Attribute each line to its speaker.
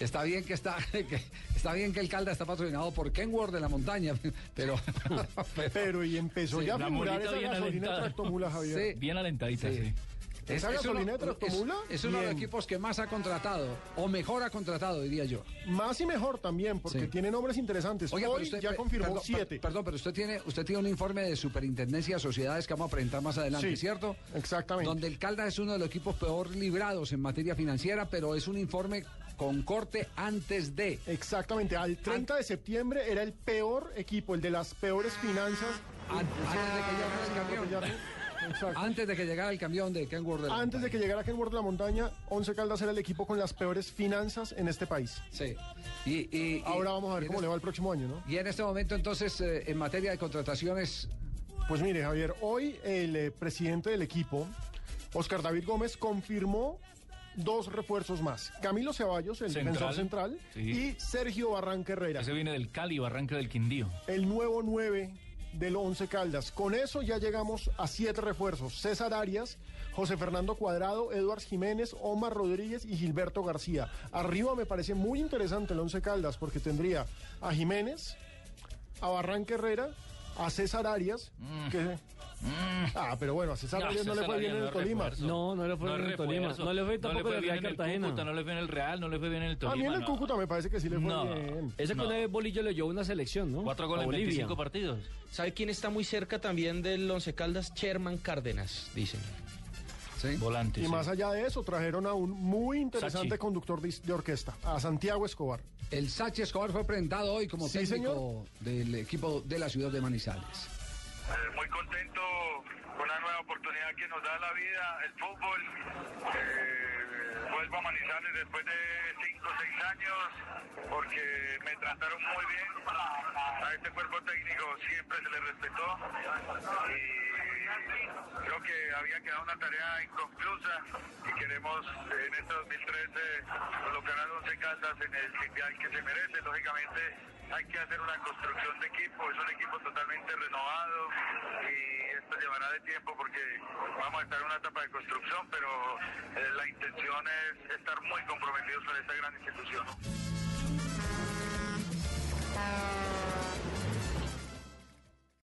Speaker 1: Está bien que está, que está bien que el Calda está patrocinado por Kenworth de la montaña, pero
Speaker 2: Pero y empezó
Speaker 1: Sí,
Speaker 2: ya a
Speaker 3: la
Speaker 2: figurar
Speaker 3: mulita
Speaker 2: esa
Speaker 3: bien
Speaker 2: gasolina de
Speaker 3: alentada.
Speaker 2: tractomula, Javier.
Speaker 1: Sí.
Speaker 3: Bien alentadita,
Speaker 1: Sí.
Speaker 3: sí.
Speaker 2: ¿Esa gasolina de Tractomula?
Speaker 1: es- es uno de los
Speaker 2: Bien.
Speaker 1: equipos que más ha contratado, o mejor ha contratado, diría yo.
Speaker 2: Más y mejor también, porque
Speaker 1: Sí.
Speaker 2: tiene nombres interesantes.
Speaker 1: Oiga,
Speaker 2: Hoy ya
Speaker 1: pe-
Speaker 2: confirmó
Speaker 1: perdón, per-
Speaker 2: siete.
Speaker 1: Perdón, pero usted tiene, usted tiene un informe de superintendencia de sociedades que vamos a presentar más adelante,
Speaker 2: Sí,
Speaker 1: ¿cierto?
Speaker 2: exactamente.
Speaker 1: Donde el Caldas es uno de los equipos peor librados en materia financiera, pero es un informe con corte antes de.
Speaker 2: Exactamente, al 30 de septiembre era el peor equipo, el de las peores finanzas.
Speaker 1: An- antes de que llegara el camión.
Speaker 2: Exacto.
Speaker 1: Antes de que llegara el camión de Ken Ward. de la
Speaker 2: Antes de
Speaker 1: montaña.
Speaker 2: que llegara Kenworth de la Montaña, Once Caldas era el equipo con las peores finanzas en este país.
Speaker 1: Sí. Y, y- y-
Speaker 2: Ahora vamos a
Speaker 1: y
Speaker 2: ver
Speaker 1: en
Speaker 2: cómo
Speaker 1: este-
Speaker 2: le va el próximo año, ¿no?
Speaker 1: Y en este momento, entonces, eh, en materia de contrataciones,
Speaker 2: Pues mire, Javier, hoy el eh, presidente del equipo, Oscar David Gómez, confirmó dos refuerzos más. Camilo Ceballos, el
Speaker 3: Central.
Speaker 2: defensor central,
Speaker 3: Sí.
Speaker 2: y Sergio Barranca Herrera,
Speaker 3: Ese viene del Cali, Barranca del Quindío.
Speaker 2: el nuevo 9 del Once Caldas. Con eso ya llegamos a siete refuerzos. César Arias, José Fernando Cuadrado, Eduardo Jiménez, Omar Rodríguez y Gilberto García. Arriba me parece muy interesante el Once Caldas porque tendría a Jiménez, a Barranca Herrera, a César Arias, que... Ah, pero bueno, a César
Speaker 3: Mm. No,
Speaker 2: Arias no le
Speaker 3: César
Speaker 2: fue bien
Speaker 3: Arias
Speaker 2: en
Speaker 3: no
Speaker 2: el Tolima.
Speaker 3: refuerzo.
Speaker 4: No, no le fue bien en el
Speaker 3: refuerzo.
Speaker 4: Tolima. No le fue tampoco en el
Speaker 3: bien
Speaker 4: Real
Speaker 3: en el
Speaker 4: Cartagena.
Speaker 3: Cúcuta, no le fue en el Real, no le fue bien en el Tolima.
Speaker 2: A mí en el
Speaker 3: no.
Speaker 2: Cúcuta me parece que sí le fue
Speaker 3: No.
Speaker 2: bien.
Speaker 4: Ese con
Speaker 3: No.
Speaker 4: el bolillo le llevó una selección, ¿no?
Speaker 3: Cuatro
Speaker 4: A
Speaker 3: goles en
Speaker 4: Bolivia.
Speaker 3: 25 partidos.
Speaker 5: ¿Sabe quién está muy cerca también del Once Caldas? Sherman Cárdenas, dicen.
Speaker 1: ¿sí?
Speaker 3: Volante.
Speaker 2: Y
Speaker 3: sí.
Speaker 2: más allá de eso, trajeron a un muy interesante
Speaker 3: Sachi.
Speaker 2: conductor de, de orquesta, a Santiago Escobar.
Speaker 1: el Sánchez Escobar fue presentado hoy como
Speaker 2: Sí,
Speaker 1: técnico del equipo de la ciudad de Manizales.
Speaker 6: Eh, muy contento con la nueva oportunidad que nos da la vida, el fútbol. Eh, vuelvo a Manizales después de 5 o 6 años porque me trataron muy bien. A este cuerpo técnico siempre se le respetó y creo que había quedado una tarea inconclusa y queremos eh, en este 2013 colocar a 11 Caldas en el mundial que se merece. Lógicamente hay que hacer una construcción de equipo, es un equipo totalmente renovado y esto llevará de tiempo porque vamos a estar en una etapa de construcción, pero eh, la intención es estar muy comprometidos con esta gran institución.